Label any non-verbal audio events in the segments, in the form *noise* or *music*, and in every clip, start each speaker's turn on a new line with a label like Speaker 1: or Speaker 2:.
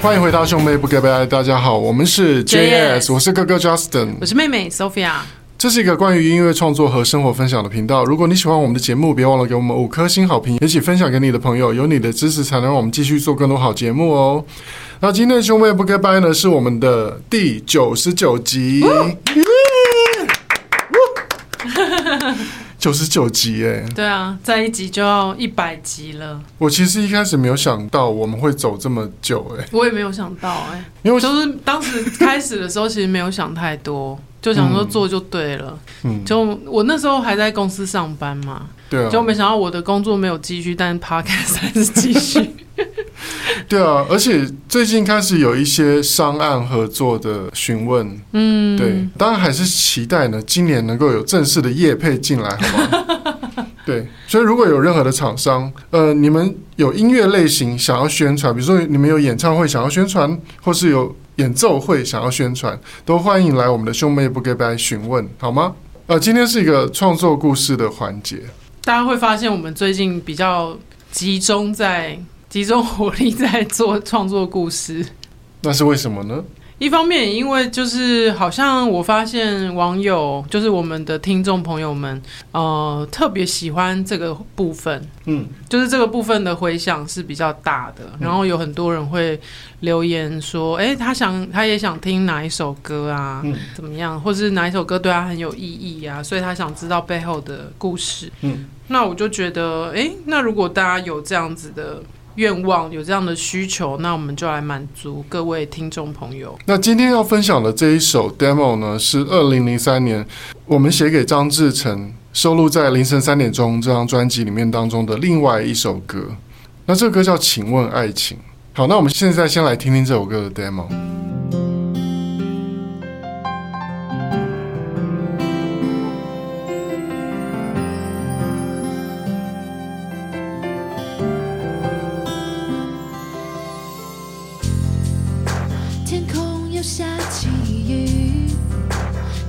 Speaker 1: 欢迎回到兄妹不给拜，大家好，我们是 JS，
Speaker 2: JS
Speaker 1: 我是哥哥 Justin，
Speaker 2: 我是妹妹 Sophia。
Speaker 1: 这是一个关于音乐创作和生活分享的频道。如果你喜欢我们的节目，别忘了给我们五颗星好评，也请分享给你的朋友。有你的支持，才能让我们继续做更多好节目哦。那今天的兄妹不给拜呢，是我们的第九十九集，九十九集哎、
Speaker 2: 对啊，在一集就要一百集了，
Speaker 1: 我其实一开始没有想到我们会走这么久哎、
Speaker 2: 我也没有想到哎、
Speaker 1: 因为
Speaker 2: 就是当时开始的时候，其实没有想太多， *laughs* 就想说
Speaker 1: 嗯
Speaker 2: 做就对了。
Speaker 1: 嗯，
Speaker 2: 就我那时候还在公司上班嘛，
Speaker 1: 对啊，
Speaker 2: 就没想到我的工作没有继续，但 podcast 还是继续。
Speaker 1: *laughs* 对啊，而且最近开始有一些商案合作的询问，
Speaker 2: 嗯，
Speaker 1: 对，当然还是期待呢，今年能够有正式的业配进来，好吗？对，所以如果有任何的厂商，呃，你们有音乐类型想要宣传，比如说你们有演唱会想要宣传，或是有演奏会想要宣传，都欢迎来我们的兄妹不给白询问，好吗？呃，今天是一个创作故事的环节，
Speaker 2: 大家会发现我们最近比较集中在集中火力在做创作故事。
Speaker 1: 那是为什么呢？
Speaker 2: 一方面，因为就是好像我发现网友，就是我们的听众朋友们，呃，特别喜欢这个部分，
Speaker 1: 嗯，
Speaker 2: 就是这个部分的回响是比较大的。然后有很多人会留言说，哎、他想他也想听哪一首歌啊，
Speaker 1: 嗯
Speaker 2: 怎么样，或是哪一首歌对他很有意义啊，所以他想知道背后的故事。
Speaker 1: 嗯，
Speaker 2: 那我就觉得，哎、那如果大家有这样子的愿望，有这样的需求，那我们就来满足各位听众朋友。
Speaker 1: 那今天要分享的这一首 demo 呢，是二零零三年我们写给张志成，收录在《凌晨三点钟》这张专辑里面当中的另外一首歌。那这首歌叫《请问爱情》。好，那我们现在先来听听这首歌的 demo。
Speaker 3: 天空又下起雨，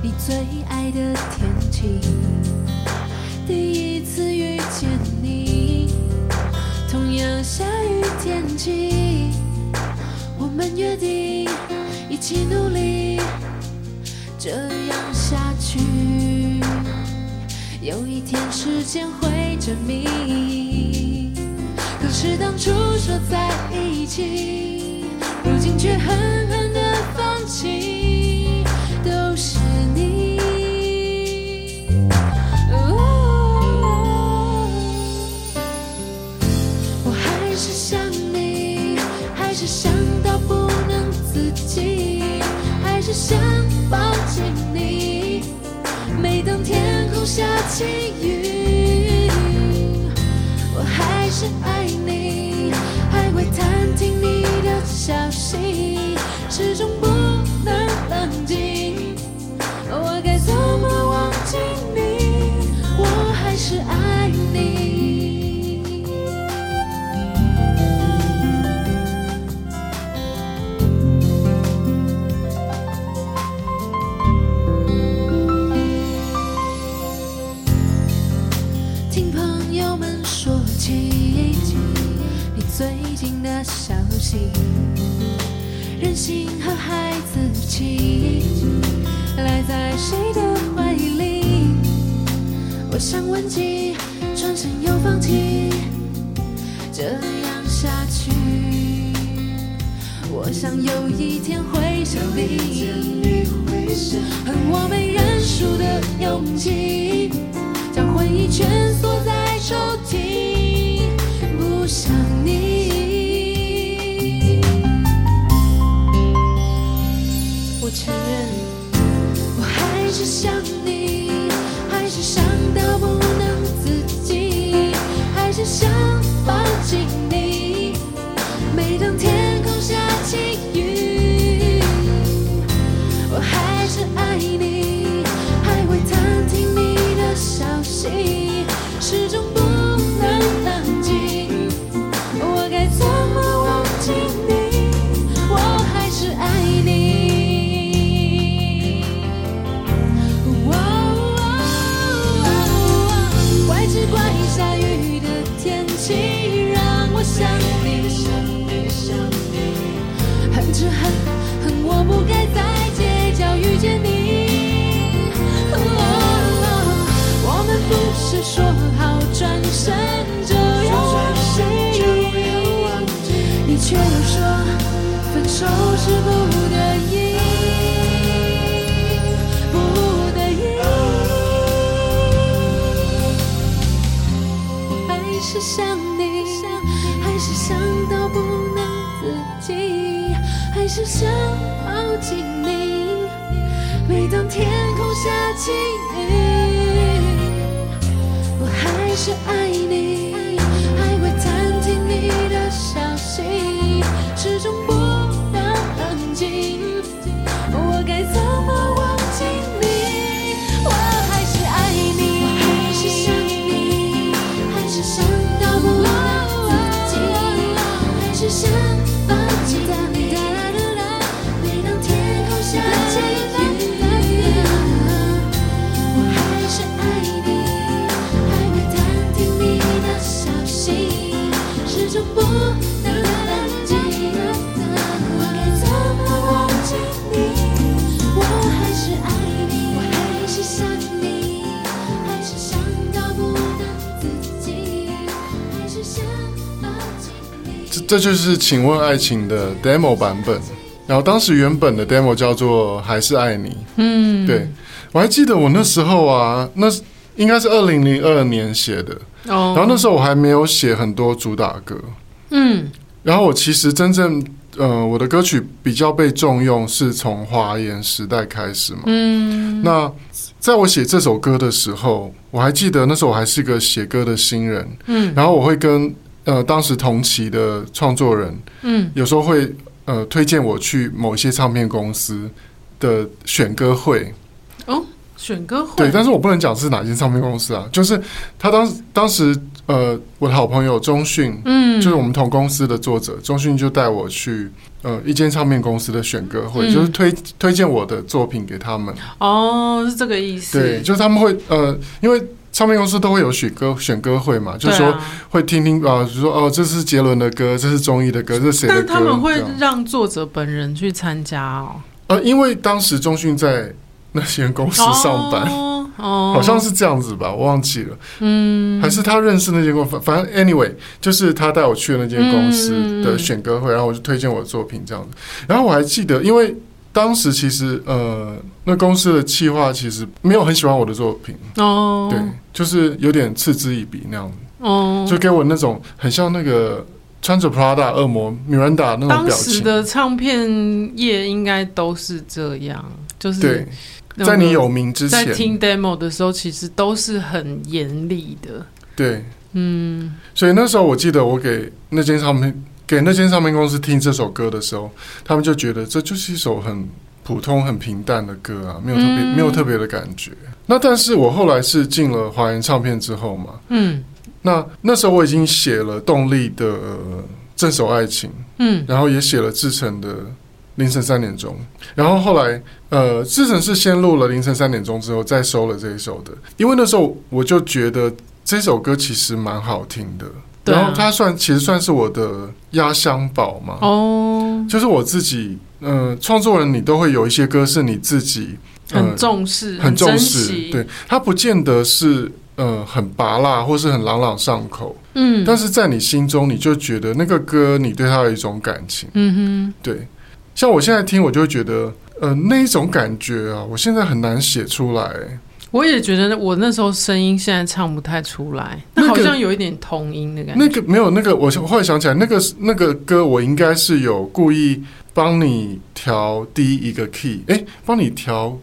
Speaker 3: 你最爱的天气。第一次遇见你，同样下雨天气，我们约定一起努力，这样下去，有一天时间会证明。可是当初说在一起，如今却狠狠的放弃，都是你。哦我还是想你，还是想到不能自己，还是想抱紧你。每当天空下起雨，我还是爱你，还会探听你的消息，始终不能冷静。我该怎么忘记你？我还是爱你。听朋友们说起你最近的消息，任性和孩子气，赖在谁的怀里？我想问起，转身又放弃，这样下去，我想有一天会想你，恨我没认输的勇气。将回忆蜷缩在抽屉，不想你。我承认，我还是想你，还是想到不能自己，还是想抱紧你。每当天空下起雨，我还是爱你，还会探听你的消息，始终不能说好转身就要忘记，你却又说分手是不得已，不得已。还是想你，还是想到不能自己，还是想抱紧你。每当天空下起雨。我还是爱你，还会探听你的消息，始终不能安静。我该怎么忘记你？我还是爱你，还是想你，还是想到不能自己，还是想抱紧你。每当天空下起雨。我还是爱你，还会探听你的消息，始终不能安静。我该怎么忘记你？我还是爱你，我还是想你，还是想到不能自己，还是想抱紧你。
Speaker 1: 这这就是《请问爱情》的 demo 版本。然后当时原本的 demo 叫做《还是爱你》，
Speaker 2: 嗯，
Speaker 1: 对，我还记得我那时候啊，那是应该是二零零二年写的，
Speaker 2: 哦，
Speaker 1: 然后那时候我还没有写很多主打歌，
Speaker 2: 嗯，
Speaker 1: 然后我其实真正呃我的歌曲比较被重用是从华研时代开始嘛，
Speaker 2: 嗯
Speaker 1: 那在我写这首歌的时候，我还记得那时候我还是个写歌的新人，
Speaker 2: 嗯
Speaker 1: 然后我会跟呃当时同期的创作人，
Speaker 2: 嗯
Speaker 1: 有时候会呃推荐我去某些唱片公司的选歌会，
Speaker 2: 哦，选歌会
Speaker 1: 对，但是我不能讲是哪间唱片公司啊，就是他当当时呃我的好朋友钟迅，
Speaker 2: 嗯，
Speaker 1: 就是我们同公司的作者钟迅就带我去呃一间唱片公司的选歌会，
Speaker 2: 嗯
Speaker 1: 就是推推荐我的作品给他们，
Speaker 2: 哦，是这个意思，
Speaker 1: 对，就是他们会呃因为。唱片公司都会有选歌选歌会嘛，就是
Speaker 2: 对
Speaker 1: 说
Speaker 2: 啊
Speaker 1: 会听听啊，就说哦，这是杰伦的歌，这是钟意的歌，这是谁的歌？
Speaker 2: 但他们会
Speaker 1: 这样
Speaker 2: 让作者本人去参加哦，
Speaker 1: 呃，因为当时中讯在那间公司上班，
Speaker 2: 哦，哦
Speaker 1: 好像是这样子吧，我忘记了，
Speaker 2: 嗯，
Speaker 1: 还是他认识那间公司，反正 anyway，就是他带我去了那间公司
Speaker 2: 嗯
Speaker 1: 的选歌会，然后我就推荐我的作品这样子。然后我还记得，因为当时其实呃，那公司的企划其实没有很喜欢我的作品，
Speaker 2: 哦，
Speaker 1: 对，就是有点嗤之以鼻那样子，
Speaker 2: 哦，
Speaker 1: 就给我那种很像那个穿着 Prada 恶魔 Miranda 那种
Speaker 2: 当
Speaker 1: 表
Speaker 2: 时
Speaker 1: 情。
Speaker 2: 的唱片业应该都是这样，就是
Speaker 1: 对，
Speaker 2: 那种
Speaker 1: 在你有名之
Speaker 2: 在
Speaker 1: 前，
Speaker 2: 听 demo 的时候，其实都是很严厉的，
Speaker 1: 对。
Speaker 2: 嗯，
Speaker 1: 所以那时候我记得我给那间唱片给那间唱片公司听这首歌的时候，他们就觉得这就是一首很普通、很平淡的歌啊，没有特别、
Speaker 2: 嗯
Speaker 1: 没有特别的感觉。那但是我后来是进了华研唱片之后嘛，
Speaker 2: 嗯
Speaker 1: 那那时候我已经写了动力的《呃正手爱情》，
Speaker 2: 嗯
Speaker 1: 然后也写了志成的。凌晨三点钟，然后后来，呃，志成是先录了凌晨三点钟之后，再收了这一首的，因为那时候我就觉得这首歌其实蛮好听的，
Speaker 2: 对啊
Speaker 1: 然后它算其实算是我的压箱宝嘛，
Speaker 2: 哦，
Speaker 1: 就是我自己，嗯、创作人你都会有一些歌是你自己、呃
Speaker 2: 很重视，
Speaker 1: 很重
Speaker 2: 珍
Speaker 1: 视，
Speaker 2: 惜，
Speaker 1: 对，它不见得是呃很拔辣或是很朗朗上口，
Speaker 2: 嗯，
Speaker 1: 但是在你心中你就觉得那个歌你对它有一种感情，
Speaker 2: 嗯
Speaker 1: 对，像我现在听我就会觉得，呃，那一种感觉啊，我现在很难写出来、
Speaker 2: 哼，我也觉得我那时候声音现在唱不太出来，
Speaker 1: 那个
Speaker 2: 好像有一点童音的感觉，
Speaker 1: 那个没有那个，我想后来想起来，那个那个歌我应该是有故意帮你调低一个 key，哎，帮你调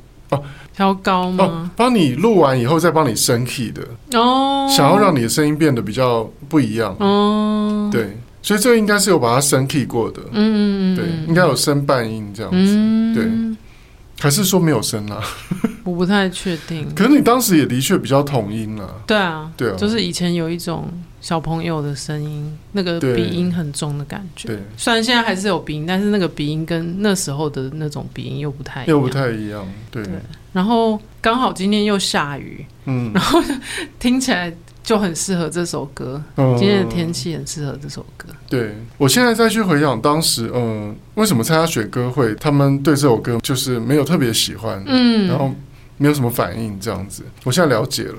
Speaker 2: 调高
Speaker 1: 哦
Speaker 2: 吗？，
Speaker 1: 帮你录完以后再帮你升 key 的，
Speaker 2: 哦，
Speaker 1: 想要让你的声音变得比较不一样。
Speaker 2: 哦，
Speaker 1: 对，所以这个应该是有把它升 key 过的，
Speaker 2: 嗯，嗯嗯，
Speaker 1: 对，应该有升半音这样子，
Speaker 2: 嗯，
Speaker 1: 还是说没有升啦？
Speaker 2: 对，我不太确定，
Speaker 1: 可是你当时也的确比较统音啦，
Speaker 2: 对啊，
Speaker 1: 对啊，
Speaker 2: 就是以前有一种小朋友的声音，那个
Speaker 1: 对
Speaker 2: 鼻音很重的感觉。
Speaker 1: 对，
Speaker 2: 虽然现在还是有鼻音，但是那个鼻音跟那时候的那种鼻音又不太一样。
Speaker 1: 又不太一样，对，
Speaker 2: 对然后刚好今天又下雨，
Speaker 1: 嗯，
Speaker 2: 听起来就很适合这首歌。
Speaker 1: 嗯
Speaker 2: 今天的天气很适合这首歌。
Speaker 1: 对我现在再去回想当时，嗯、为什么参加选歌会，他们对这首歌就是没有特别喜欢，
Speaker 2: 嗯，
Speaker 1: 然后没有什么反应这样子。我现在了解了，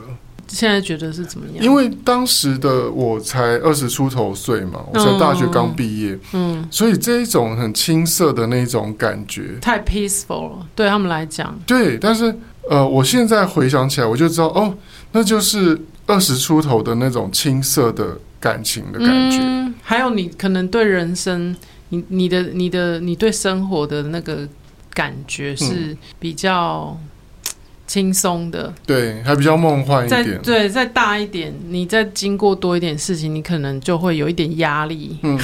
Speaker 2: 现在觉得是怎么样？
Speaker 1: 因为当时的我才二十出头岁嘛，
Speaker 2: 哦
Speaker 1: 我才大学刚毕业，
Speaker 2: 嗯，
Speaker 1: 所以这一种很青涩的那种感觉，
Speaker 2: 太 peaceful 了，对他们来讲，
Speaker 1: 对。但是呃，我现在回想起来，我就知道哦，那就是二十出头的那种青涩的感情的感觉。
Speaker 2: 嗯，还有你可能对人生，你你的你的你对生活的那个感觉是比较嘖轻松的，
Speaker 1: 对，还比较梦幻一
Speaker 2: 再
Speaker 1: 点。
Speaker 2: 对再大一点，你再经过多一点事情，你可能就会有一点压力，
Speaker 1: 嗯，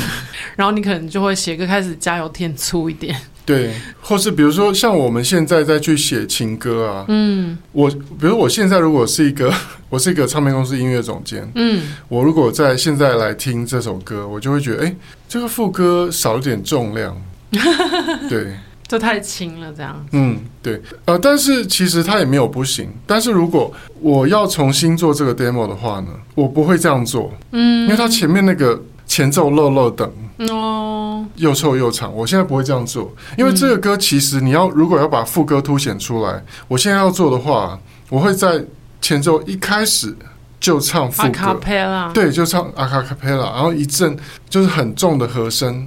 Speaker 2: 然后你可能就会写歌开始加油添醋一点，
Speaker 1: 对，或是比如说像我们现在再去写情歌啊，
Speaker 2: 嗯
Speaker 1: 我比如我现在如果是一个 *laughs* 我是一个唱片公司音乐总监，
Speaker 2: 嗯
Speaker 1: 我如果在现在来听这首歌，我就会觉得，哎，这个副歌少了点重量。
Speaker 2: *laughs*
Speaker 1: 对，
Speaker 2: 这太轻了，这样，
Speaker 1: 嗯，对，呃，但是其实它也没有不行。但是如果我要重新做这个 demo 的话呢，我不会这样做，
Speaker 2: 嗯，
Speaker 1: 因为它前面那个前奏漏漏等
Speaker 2: 哦，
Speaker 1: 又臭又长，我现在不会这样做，因为这个歌其实你要如果要把副歌凸显出来，我现在要做的话，我会在前奏一开始就唱副
Speaker 2: 阿卡
Speaker 1: 歌。
Speaker 2: 贝拉，
Speaker 1: 对，就唱阿卡卡佩拉，然后一阵就是很重的和声，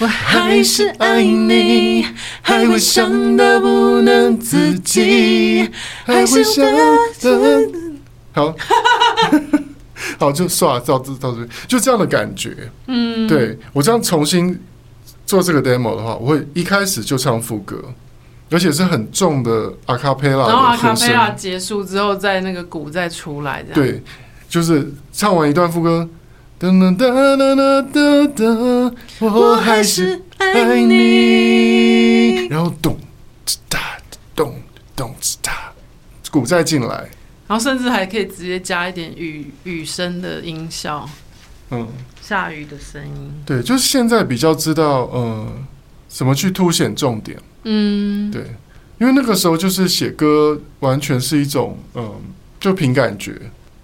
Speaker 2: 我还是爱你，
Speaker 1: 还会想到不能自己，还会想到好， *laughs* 好就算了，到这到这边，就这样的感觉。
Speaker 2: 嗯，
Speaker 1: 对我这样重新做这个 demo 的话，我会一开始就唱副歌，而且是很重的哦阿卡佩拉
Speaker 2: 然后阿
Speaker 1: 的
Speaker 2: 卡
Speaker 1: 和
Speaker 2: 贝拉
Speaker 1: 声。
Speaker 2: 结束之后，再那个鼓再出来，这样。，
Speaker 1: 对，就是唱完一段副歌，噔噔噔噔噔噔噔，我还是爱你。然后咚吱哒咚咚吱哒，鼓再进来，
Speaker 2: 然后甚至还可以直接加一点雨雨声的音效，
Speaker 1: 嗯。
Speaker 2: 下雨的声音。
Speaker 1: 对，就是现在比较知道，呃，怎么去凸显重点。
Speaker 2: 嗯，
Speaker 1: 对，因为那个时候就是写歌，完全是一种，嗯、就凭感觉，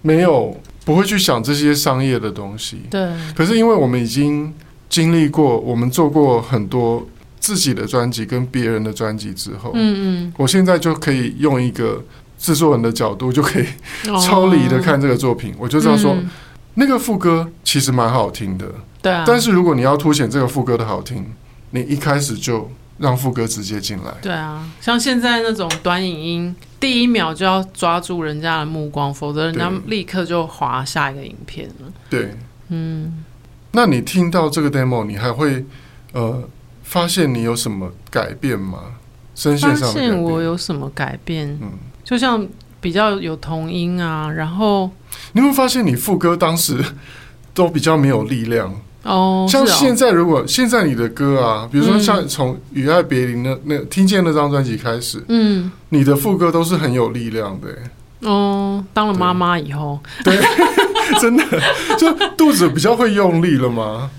Speaker 1: 没有不会去想这些商业的东西。
Speaker 2: 对，
Speaker 1: 可是因为我们已经经历过，我们做过很多自己的专辑跟别人的专辑之后，
Speaker 2: 嗯
Speaker 1: 我现在就可以用一个制作人的角度，就可以 *laughs*
Speaker 2: 嗯，
Speaker 1: 抽离的看这个作品，我就
Speaker 2: 哦，
Speaker 1: 知道说、
Speaker 2: 嗯
Speaker 1: 那个副歌其实蛮好听的。
Speaker 2: 对啊，
Speaker 1: 但是如果你要凸显这个副歌的好听，你一开始就让副歌直接进来。
Speaker 2: 对啊，像现在那种短影音，第一秒就要抓住人家的目光，否则人家
Speaker 1: 对
Speaker 2: 立刻就划下一个影片了。
Speaker 1: 对，
Speaker 2: 嗯，
Speaker 1: 那你听到这个 demo，你还会呃发现你有什么改变吗？声
Speaker 2: 发
Speaker 1: 线上的改
Speaker 2: 现
Speaker 1: 变
Speaker 2: 我有什么改变？
Speaker 1: 嗯，
Speaker 2: 就像比较有童音啊，然后
Speaker 1: 你会发现你副歌当时都比较没有力量，
Speaker 2: 哦，
Speaker 1: 像
Speaker 2: 是哦嗯
Speaker 1: 现在如果现在你的歌啊，比如说像从《雨爱别离》那那听见那张专辑开始，
Speaker 2: 嗯，
Speaker 1: 你的副歌都是很有力量的、
Speaker 2: *laughs*
Speaker 1: 欸
Speaker 2: 哦，当了妈妈以后，
Speaker 1: 真的，就肚子比较会用力了吗？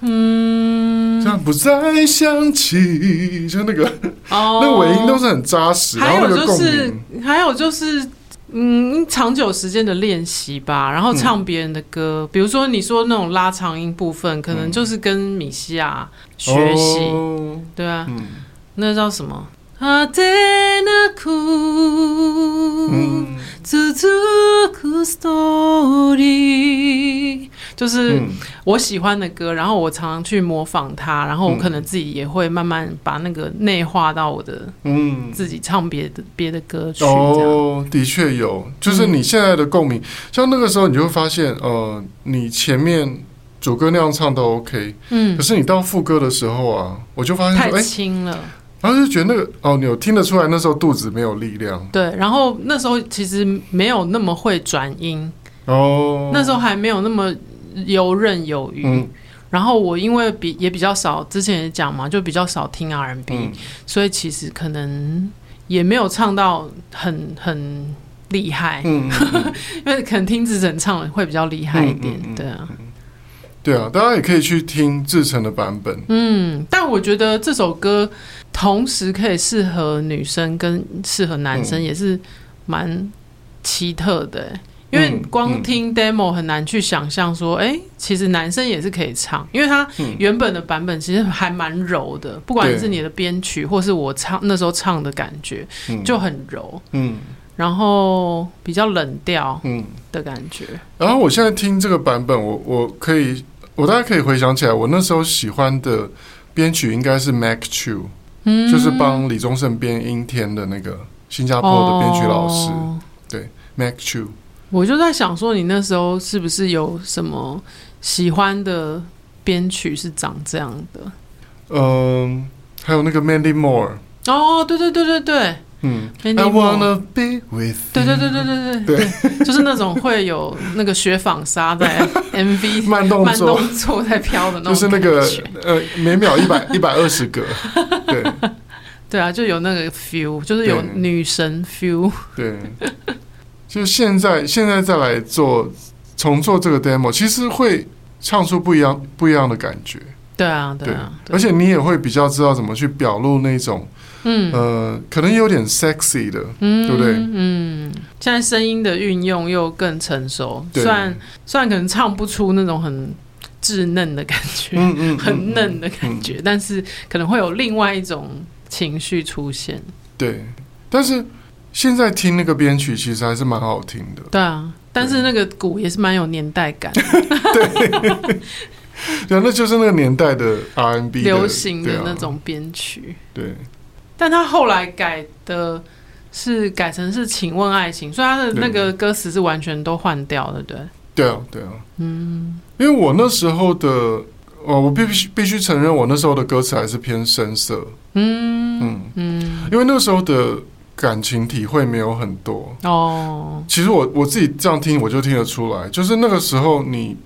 Speaker 2: 嗯，
Speaker 1: 像不再想起，就那个
Speaker 2: 哦，
Speaker 1: 那尾音都是很扎实，然
Speaker 2: 还
Speaker 1: 后
Speaker 2: 有
Speaker 1: 那个
Speaker 2: 就
Speaker 1: 共
Speaker 2: 是
Speaker 1: 鸣，，
Speaker 2: 还有就是。嗯，长久时间的练习吧，然后唱别人的歌，比如说你说那种拉长音部分，可能就是跟米西亚学习，
Speaker 1: 哦
Speaker 2: 对啊，
Speaker 1: 嗯，
Speaker 2: 那叫什么？啊，在那哭，
Speaker 1: 嗯
Speaker 2: 自足苦 story，就是
Speaker 1: 嗯
Speaker 2: 我喜欢的歌，然后我常常去模仿它，然后我可能自己也会慢慢把那个内化到我的
Speaker 1: 嗯，
Speaker 2: 自己唱别的别的歌曲，这样、嗯
Speaker 1: 哦，的确有，就是你现在的共鸣，像那个时候你就会发现，呃，你前面主歌那样唱都 OK，
Speaker 2: 嗯
Speaker 1: 可，是你到副歌的时候啊，我就发现
Speaker 2: 太
Speaker 1: 说，哎，
Speaker 2: 轻了，
Speaker 1: 然后就觉得那个哦，你有听得出来那时候肚子没有力量
Speaker 2: 对。然后那时候其实没有那么会转音，
Speaker 1: 哦，
Speaker 2: 那时候还没有那么游刃有余。
Speaker 1: 嗯
Speaker 2: 然后我因为比也比较少，之前也讲嘛，就比较少听 R&B，、
Speaker 1: 嗯
Speaker 2: 所以其实可能也没有唱到很很厉害，
Speaker 1: 嗯，嗯
Speaker 2: 因为可能听志成唱的会比较厉害一点，
Speaker 1: 嗯嗯嗯
Speaker 2: 对啊，
Speaker 1: 对啊，大家也可以去听志成的版本，
Speaker 2: 嗯。但我觉得这首歌同时可以适合女生跟适合男生，
Speaker 1: 嗯
Speaker 2: 也是蛮奇特的、欸因为
Speaker 1: 嗯
Speaker 2: 光
Speaker 1: 嗯
Speaker 2: 听 demo 很难去想象说，哎、其实男生也是可以唱，因为他
Speaker 1: 嗯
Speaker 2: 原本的版本其实还蛮柔的，不管
Speaker 1: 对
Speaker 2: 是你的编曲或是我唱那时候唱的感觉
Speaker 1: 嗯
Speaker 2: 就很柔。
Speaker 1: 嗯
Speaker 2: 然后比较冷调
Speaker 1: 嗯。
Speaker 2: 的感觉。
Speaker 1: 然后我现在听这个版本，我我可以，我大家可以回想起来，我那时候喜欢的编曲应该是 Mac Chu，、
Speaker 2: 嗯
Speaker 1: 就是帮李宗盛编音天的那个新加坡的编曲老师、
Speaker 2: 哦
Speaker 1: Mac Chu。
Speaker 2: 我就在想说，你那时候是不是有什么喜欢的编曲是长这样的？
Speaker 1: 嗯，还有那个 Mandy Moore，
Speaker 2: 哦，对对对对对，
Speaker 1: 嗯
Speaker 2: Mandy
Speaker 1: I
Speaker 2: Moore
Speaker 1: wanna 嗯 be with，
Speaker 2: 对对对
Speaker 1: you
Speaker 2: 对对对，就是那种会有那个雪纺
Speaker 1: *laughs*
Speaker 2: 纱在 MV
Speaker 1: 慢动
Speaker 2: 慢
Speaker 1: 作，
Speaker 2: 动作在飘的那种，
Speaker 1: 就是那个呃每秒一百一百二十个，对
Speaker 2: 对啊，就有那个 feel，就是有
Speaker 1: 对
Speaker 2: 女神 feel。
Speaker 1: 对，就现在现在再来做重做这个 demo，其实会唱出不一样不一样的感觉，
Speaker 2: 对啊，对啊，对
Speaker 1: 而且你也会比较知道怎么去表露那种
Speaker 2: 嗯
Speaker 1: 呃可能有点 sexy 的，
Speaker 2: 嗯，
Speaker 1: 对不对
Speaker 2: 嗯，现在声音的运用又更成熟，
Speaker 1: 对
Speaker 2: 虽然虽然可能唱不出那种很稚嫩的感觉，
Speaker 1: 嗯嗯，
Speaker 2: 很
Speaker 1: 嗯
Speaker 2: 嫩的感觉，但是可能会有另外一种情绪出现。
Speaker 1: 嗯对，但是现在听那个编曲其实还是蛮好听的。
Speaker 2: 对啊，但是那个鼓也是蛮有年代感的，
Speaker 1: 对，那就是那个年代的 R&B
Speaker 2: 流行
Speaker 1: 对
Speaker 2: 的
Speaker 1: 啊
Speaker 2: 那种编曲。
Speaker 1: 对，啊
Speaker 2: 但他后来改的是改成是“请问爱情”，所以他的那个歌词是完全都换掉的，对不对。
Speaker 1: 对啊，对啊。
Speaker 2: 嗯，
Speaker 1: 因为我那时候的，哦，我必须必须承认，我那时候的歌词还是偏深色，
Speaker 2: 嗯
Speaker 1: 嗯，
Speaker 2: 嗯，
Speaker 1: 因为那时候的感情体会没有很多。
Speaker 2: 哦，
Speaker 1: 其实我我自己这样听，我就听得出来，就是那个时候你，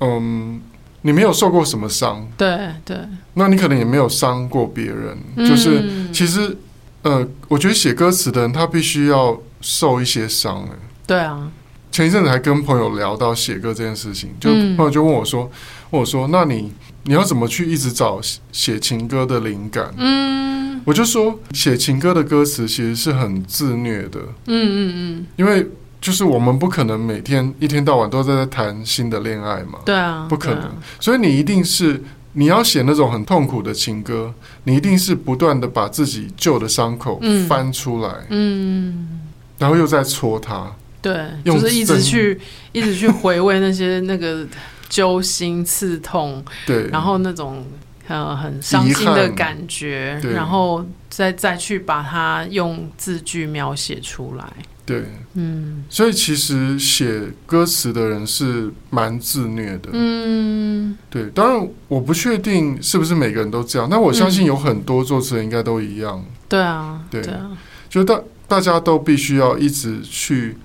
Speaker 1: 嗯，你没有受过什么伤，
Speaker 2: 对对，
Speaker 1: 那你可能也没有伤过别人，就是
Speaker 2: 嗯
Speaker 1: 其实，呃，我觉得写歌词的人他必须要受一些伤、欸，
Speaker 2: 对啊，
Speaker 1: 前一阵子还跟朋友聊到写歌这件事情，就
Speaker 2: 嗯
Speaker 1: 朋友就问我说，问我说，那你你要怎么去一直找写写情歌的灵感？
Speaker 2: 嗯
Speaker 1: 我就说，写情歌的歌词其实是很自虐的，
Speaker 2: 嗯嗯嗯，
Speaker 1: 因为就是我们不可能每天一天到晚都在谈新的恋爱嘛，
Speaker 2: 对啊，
Speaker 1: 不可
Speaker 2: 对啊
Speaker 1: 能，所以你一定是。你要写那种很痛苦的情歌，你一定是不断的把自己旧的伤口
Speaker 2: 嗯
Speaker 1: 翻出来，
Speaker 2: 嗯。
Speaker 1: 然后又再戳它。
Speaker 2: 对，
Speaker 1: 用
Speaker 2: 就是一直
Speaker 1: 针
Speaker 2: 去一直去回味那些那个揪心刺痛，
Speaker 1: 对，
Speaker 2: 然后那种呃很伤心的感觉
Speaker 1: 遗憾，对
Speaker 2: 然后再再去把它用字句描写出来。
Speaker 1: 对，
Speaker 2: 嗯
Speaker 1: 所以其实写歌词的人是蛮自虐的，
Speaker 2: 嗯，
Speaker 1: 对。当然，我不确定是不是每个人都这样，但我相信
Speaker 2: 嗯
Speaker 1: 有很多作词人应该都一样，
Speaker 2: 对啊，
Speaker 1: 对
Speaker 2: 啊，
Speaker 1: 就大大家都必须要一直去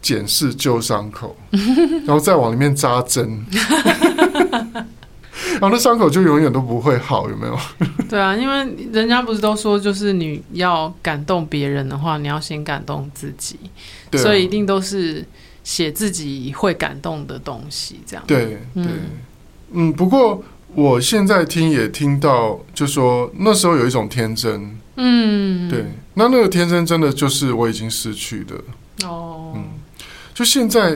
Speaker 1: 检视旧伤
Speaker 2: *laughs*
Speaker 1: 口，然后再往里面扎针，然后那伤口就永远都不会好，有没有？
Speaker 2: 对啊，因为人家不是都说，就是你要感动别人的话，你要先感动自己，
Speaker 1: 对啊、
Speaker 2: 所以一定都是写自己会感动的东西，这样。
Speaker 1: 对对
Speaker 2: 嗯，
Speaker 1: 嗯，不过我现在听也听到，就说那时候有一种天真。
Speaker 2: 嗯，
Speaker 1: 对，那那个天生真的就是我已经失去的。
Speaker 2: 哦，
Speaker 1: 嗯就现在，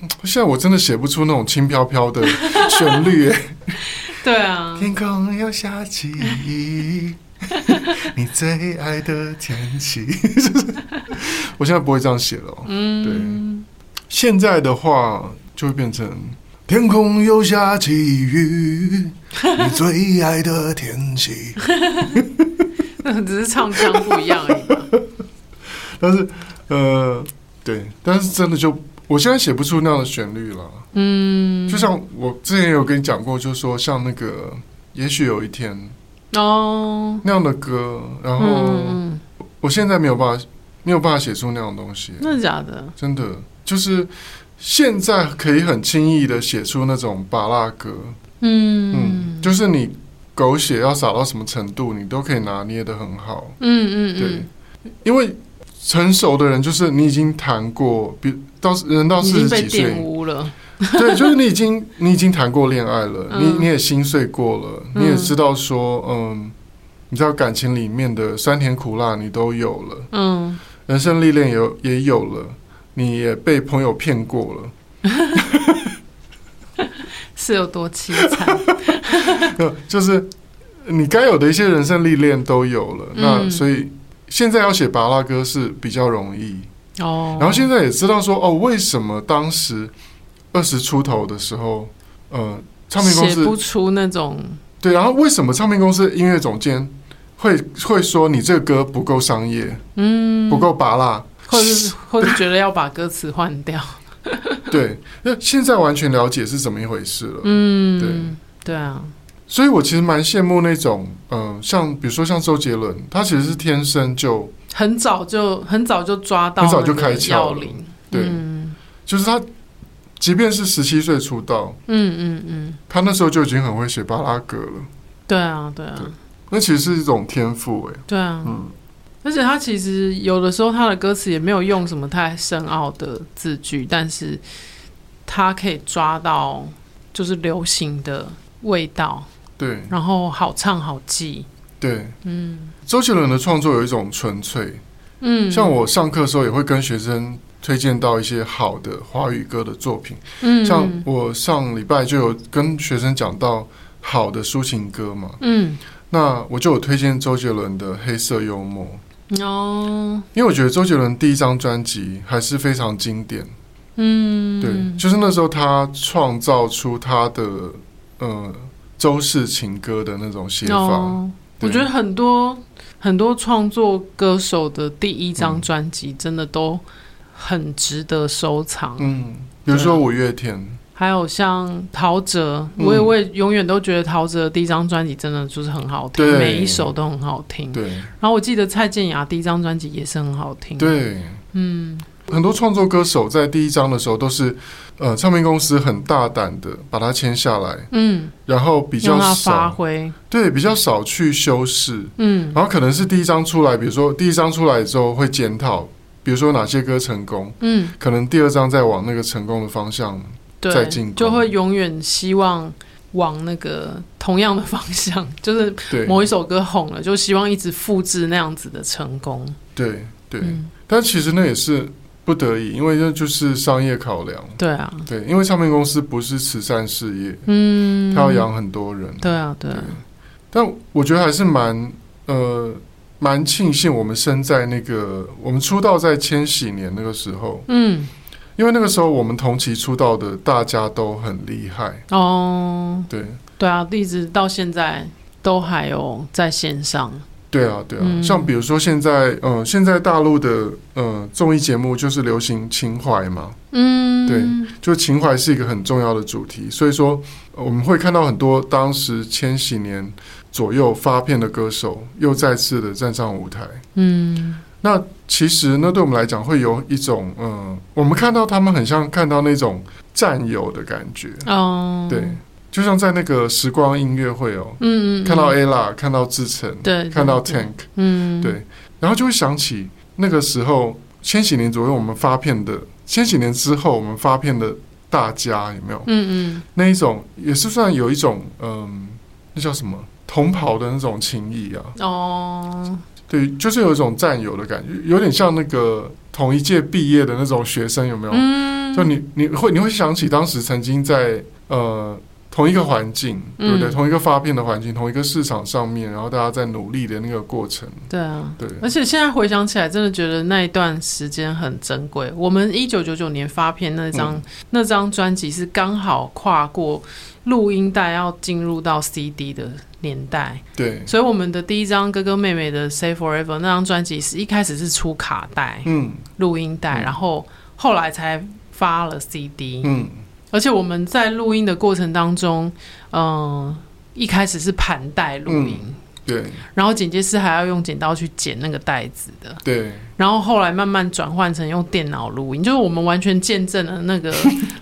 Speaker 1: 嗯现在我真的写不出那种轻飘飘的旋律。哎
Speaker 2: 对啊，
Speaker 1: 天空又下起雨，你最爱的天气。就是 *laughs* 我现在不会这样写了哦、
Speaker 2: 嗯，
Speaker 1: 现在的话就会变成。天空又下起雨，你最爱的天气。 *laughs*
Speaker 2: 那只是唱腔不一样
Speaker 1: *laughs*
Speaker 2: 而已嘛。
Speaker 1: 但是，呃，对，但是真的就，我现在写不出那样的旋律了。
Speaker 2: 嗯，
Speaker 1: 就像我之前有跟你讲过，就是说像那个，也许有一天
Speaker 2: 哦，
Speaker 1: 那样的歌，然后
Speaker 2: 嗯，嗯
Speaker 1: 我现在没有办法，没有办法写出那样的东西
Speaker 2: 嗯，真的假的？
Speaker 1: 真的就是现在可以很轻易的写出那种巴拉歌，
Speaker 2: 嗯
Speaker 1: 嗯，就是你狗血要撒到什么程度，你都可以拿捏的很好，
Speaker 2: 嗯嗯
Speaker 1: 对
Speaker 2: 嗯，，
Speaker 1: 因为成熟的人就是你已经谈过，比到人到
Speaker 2: 已
Speaker 1: 四
Speaker 2: 经
Speaker 1: 十
Speaker 2: 被
Speaker 1: 几岁
Speaker 2: 玷，污了。
Speaker 1: *laughs* 对，就是你已经你已经谈过恋爱了，
Speaker 2: 嗯
Speaker 1: 你你也心碎过了，
Speaker 2: 嗯
Speaker 1: 你也知道说，嗯，你知道感情里面的酸甜苦辣你都有了，
Speaker 2: 嗯，
Speaker 1: 人生历练也有也有了，你也被朋友骗过了，
Speaker 2: 是有多凄
Speaker 1: *laughs*
Speaker 2: 惨？
Speaker 1: 呃就是你该有的一些人生历练都有了，
Speaker 2: 嗯
Speaker 1: 那所以现在要写巴拉歌是比较容易，
Speaker 2: 哦，
Speaker 1: 然后现在也知道说，哦，为什么当时二十出头的时候，呃，唱片公
Speaker 2: 写不
Speaker 1: 司
Speaker 2: 出那种
Speaker 1: 对，然后为什么唱片公司音乐总监会会说你这个歌不够商业，
Speaker 2: 嗯，
Speaker 1: 不够拔辣？
Speaker 2: 或者是或者觉得要把歌词
Speaker 1: *laughs*
Speaker 2: 换掉，
Speaker 1: 对，那现在完全了解是怎么一回事了。
Speaker 2: 嗯，对啊，
Speaker 1: 所以我其实蛮羡慕那种，嗯、像比如说像周杰伦，他其实是天生就
Speaker 2: 很早就很早就抓到，
Speaker 1: 很早就开窍了
Speaker 2: 要领，
Speaker 1: 对
Speaker 2: 嗯
Speaker 1: 就是他，即便是十七岁出道，
Speaker 2: 嗯嗯嗯，
Speaker 1: 他那时候就已经很会写巴拉歌了。
Speaker 2: 对啊对啊
Speaker 1: 那其实是一种天赋哎、
Speaker 2: 对啊，
Speaker 1: 嗯，
Speaker 2: 而且他其实有的时候他的歌词也没有用什么太深奥的字句，但是他可以抓到就是流行的味道，
Speaker 1: 对
Speaker 2: 然后好唱好记，
Speaker 1: 对。
Speaker 2: 嗯
Speaker 1: 周杰伦的创作有一种纯粹，
Speaker 2: 嗯，
Speaker 1: 像我上课的时候也会跟学生推荐到一些好的华语歌的作品，
Speaker 2: 嗯
Speaker 1: 像我上礼拜就有跟学生讲到好的抒情歌嘛，
Speaker 2: 嗯
Speaker 1: 那我就有推荐周杰伦的《黑色幽默》，
Speaker 2: 哦
Speaker 1: 因为我觉得周杰伦第一张专辑还是非常经典，
Speaker 2: 嗯
Speaker 1: 对，就是那时候他创造出他的呃周氏情歌的那种写法，
Speaker 2: 哦，我
Speaker 1: 对
Speaker 2: 觉得很多很多创作歌手的第一张
Speaker 1: 嗯
Speaker 2: 专辑真的都很值得收藏，
Speaker 1: 嗯，比如说五月天，
Speaker 2: 还有像陶喆，
Speaker 1: 嗯
Speaker 2: 我也我也永远都觉得陶喆的第一张专辑真的就是很好听，
Speaker 1: 对
Speaker 2: 每一首都很好听。
Speaker 1: 对
Speaker 2: 然后我记得蔡健雅第一张专辑也是很好听。，
Speaker 1: 对。
Speaker 2: 嗯
Speaker 1: 很多创作歌手在第一章的时候都是，呃，唱片公司很大胆的把它签下来，
Speaker 2: 嗯，
Speaker 1: 然后比较
Speaker 2: 让他发
Speaker 1: 少
Speaker 2: 挥，
Speaker 1: 对比较少去修饰，
Speaker 2: 嗯
Speaker 1: 然后可能是第一章出来，比如说第一章出来之后会检讨，比如说哪些歌成功，
Speaker 2: 嗯，
Speaker 1: 可能第二章再往那个成功的方向，再
Speaker 2: 对
Speaker 1: 进，攻
Speaker 2: 就会永远希望往那个同样的方向， *laughs* 就是
Speaker 1: 对
Speaker 2: 某一首歌红了，就希望一直复制那样子的成功。
Speaker 1: 对对、
Speaker 2: 嗯，
Speaker 1: 但其实那也是不得已，因为那就是商业考量，
Speaker 2: 对啊，
Speaker 1: 对，因为唱片公司不是慈善事业，
Speaker 2: 嗯，
Speaker 1: 它要养很多人，
Speaker 2: 对啊，对啊，
Speaker 1: 但我觉得还是蛮呃蛮庆幸我们生在那个我们出道在千禧年那个时候，
Speaker 2: 嗯，
Speaker 1: 因为那个时候我们同期出道的大家都很厉害，
Speaker 2: 哦，
Speaker 1: 对
Speaker 2: 对啊，一直到现在都还有在线上，
Speaker 1: 对啊对啊，
Speaker 2: 嗯
Speaker 1: 像比如说现在呃现在大陆的呃综艺节目就是流行情怀嘛，
Speaker 2: 嗯，
Speaker 1: 对就情怀是一个很重要的主题，所以说呃我们会看到很多当时千禧年左右发片的歌手又再次的站上舞台。
Speaker 2: 嗯，
Speaker 1: 其实呢，对我们来讲会有一种，嗯，我们看到他们很像看到那种战友的感觉，
Speaker 2: 哦，
Speaker 1: 对，就像在那个时光音乐会哦，
Speaker 2: 嗯，嗯嗯，嗯
Speaker 1: 看到 Ella，看到志成，
Speaker 2: 对，
Speaker 1: 看到
Speaker 2: 对
Speaker 1: Tank，
Speaker 2: 嗯，
Speaker 1: 对，然后就会想起那个时候千禧年左右我们发片的，千禧年之后我们发片的大家有没有
Speaker 2: 嗯嗯，
Speaker 1: 那一种，也是算有一种，嗯，那叫什么同袍的那种情谊啊，
Speaker 2: 哦，
Speaker 1: 对，就是有一种战友的感觉，有点像那个同一届毕业的那种学生，有没有？
Speaker 2: 嗯，
Speaker 1: 就你你会你会想起当时曾经在呃同一个环境，对不对？
Speaker 2: 嗯
Speaker 1: 同一个发片的环境，同一个市场上面，然后大家在努力的那个过程，
Speaker 2: 对啊。
Speaker 1: 对
Speaker 2: 而且现在回想起来，真的觉得那一段时间很珍贵。我们一九九九年发片那张、
Speaker 1: 嗯
Speaker 2: 那张专辑是刚好跨过录音带要进入到 CD 的年代，
Speaker 1: 对，
Speaker 2: 所以我们的第一张哥哥妹妹的《Say Forever》那张专辑是一开始是出卡带、
Speaker 1: 嗯
Speaker 2: 录音带，
Speaker 1: 嗯
Speaker 2: 然后后来才发了 CD、
Speaker 1: 嗯，
Speaker 2: 而且我们在录音的过程当中，嗯、一开始是盘带录音。
Speaker 1: 嗯对
Speaker 2: 然后剪接师还要用剪刀去剪那个带子的，
Speaker 1: 对
Speaker 2: 然后后来慢慢转换成用电脑录音，就是我们完全见证了那
Speaker 1: *laughs*
Speaker 2: 个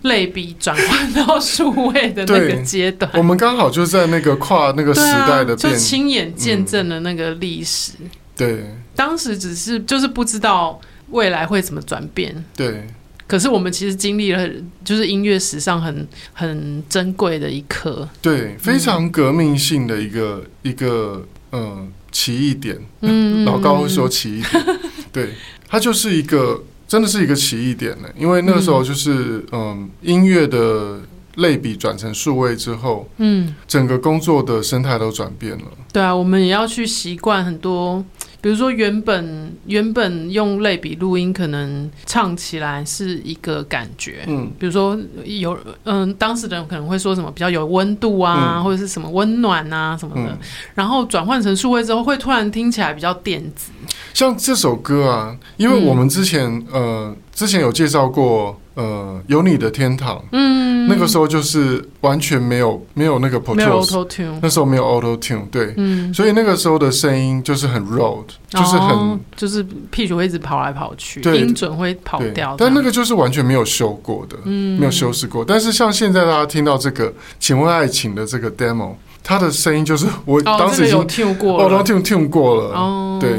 Speaker 2: 类比转换到数位的那个
Speaker 1: 对
Speaker 2: 阶段。
Speaker 1: 我们刚好就在那个跨那个时
Speaker 2: 哎对
Speaker 1: 代
Speaker 2: 啊
Speaker 1: 的，变嗯
Speaker 2: 就，亲眼见证了那个历史。
Speaker 1: 对
Speaker 2: 当时只是就是不知道未来会怎么转变，
Speaker 1: 对
Speaker 2: 可是我们其实经历了就是音乐史上很很珍贵的一刻。
Speaker 1: 对，非常革命性的一个一个嗯奇异点。
Speaker 2: 嗯，
Speaker 1: 老高会说奇异点，
Speaker 2: *laughs*
Speaker 1: 对，它就是一个真的是一个奇异点呢，因为那个时候就是嗯音乐的类比转成数位之后，
Speaker 2: 嗯。
Speaker 1: 整个工作的生态都转变了，
Speaker 2: 对啊，我们也要去习惯很多比如说原本原本用类比录音，可能唱起来是一个感觉，
Speaker 1: 嗯
Speaker 2: 比如说有嗯，当事人可能会说什么比较有温度啊，
Speaker 1: 嗯
Speaker 2: 或者是什么温暖啊什么的，
Speaker 1: 嗯，
Speaker 2: 然后转换成数位之后，会突然听起来比较电子，
Speaker 1: 像这首歌啊，因为我们之前、
Speaker 2: 嗯
Speaker 1: 呃之前有介绍过呃有你的天堂，
Speaker 2: 嗯，
Speaker 1: 那个时候就是完全没有没有那个 Pro
Speaker 2: 没有
Speaker 1: Tools，
Speaker 2: auto tune，
Speaker 1: 那时候没有 Auto Tune，对，
Speaker 2: 嗯，
Speaker 1: 所以那个时候的声音就是很 road，就是很、
Speaker 2: 哦就是 pitch 会一直跑来跑去，
Speaker 1: 对
Speaker 2: 音准会跑
Speaker 1: 对
Speaker 2: 掉，，
Speaker 1: 但那
Speaker 2: 个
Speaker 1: 个就是完全没有修过的，
Speaker 2: 嗯
Speaker 1: 没有修饰过。但是像现在大家听到这个《请问爱情》的这个 demo，它的声音就是我
Speaker 2: 哦，
Speaker 1: 当时已
Speaker 2: 这个
Speaker 1: 经
Speaker 2: 有 tune 过
Speaker 1: 哦，
Speaker 2: 了
Speaker 1: 都，tune tune 过了，
Speaker 2: 哦
Speaker 1: 对。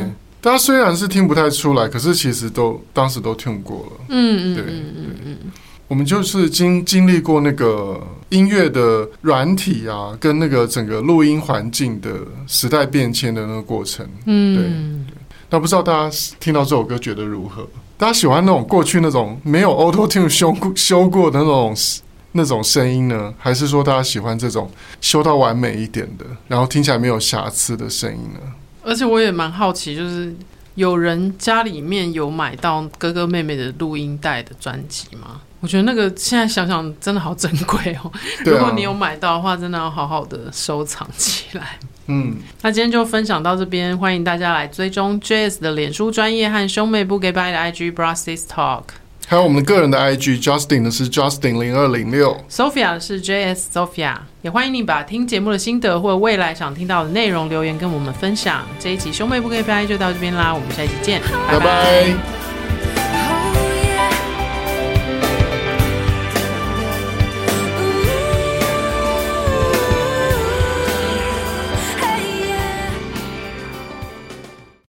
Speaker 1: 大家虽然是听不太出来，可是其实都当时都 tune 过了。
Speaker 2: 嗯嗯
Speaker 1: 对
Speaker 2: 嗯嗯嗯，
Speaker 1: 我们就是经经历过那个音乐的软体啊，跟那个整个录音环境的时代变迁的那个过程。
Speaker 2: 嗯，
Speaker 1: 那不知道大家听到这首歌觉得如何？大家喜欢那种过去那种没有 Auto Tune 修过修过的那种那种声音呢，还是说大家喜欢这种修到完美一点的，然后听起来没有瑕疵的声音呢？
Speaker 2: 而且我也蛮好奇，就是有人家里面有买到哥哥妹妹的录音带的专辑吗？我觉得那个现在想想真的好珍贵哦。
Speaker 1: 对
Speaker 2: 如
Speaker 1: 啊
Speaker 2: 果你，有买到的话，真的要好好的收藏起来。
Speaker 1: 嗯，
Speaker 2: 那今天就分享到这边，欢迎大家来追踪 JS 的脸书专业和兄妹不给拜的 IG Brassis Talk。
Speaker 1: 还有我们个人的 IG Justin 的是 Justin 零二零六，
Speaker 2: Sophia 是 JS Sophia，也欢迎你把听节目的心得或未来想听到的内容留言跟我们分享。这一集兄妹不给拜就到这边啦，我们下一集见，
Speaker 1: 拜拜。
Speaker 3: Oh,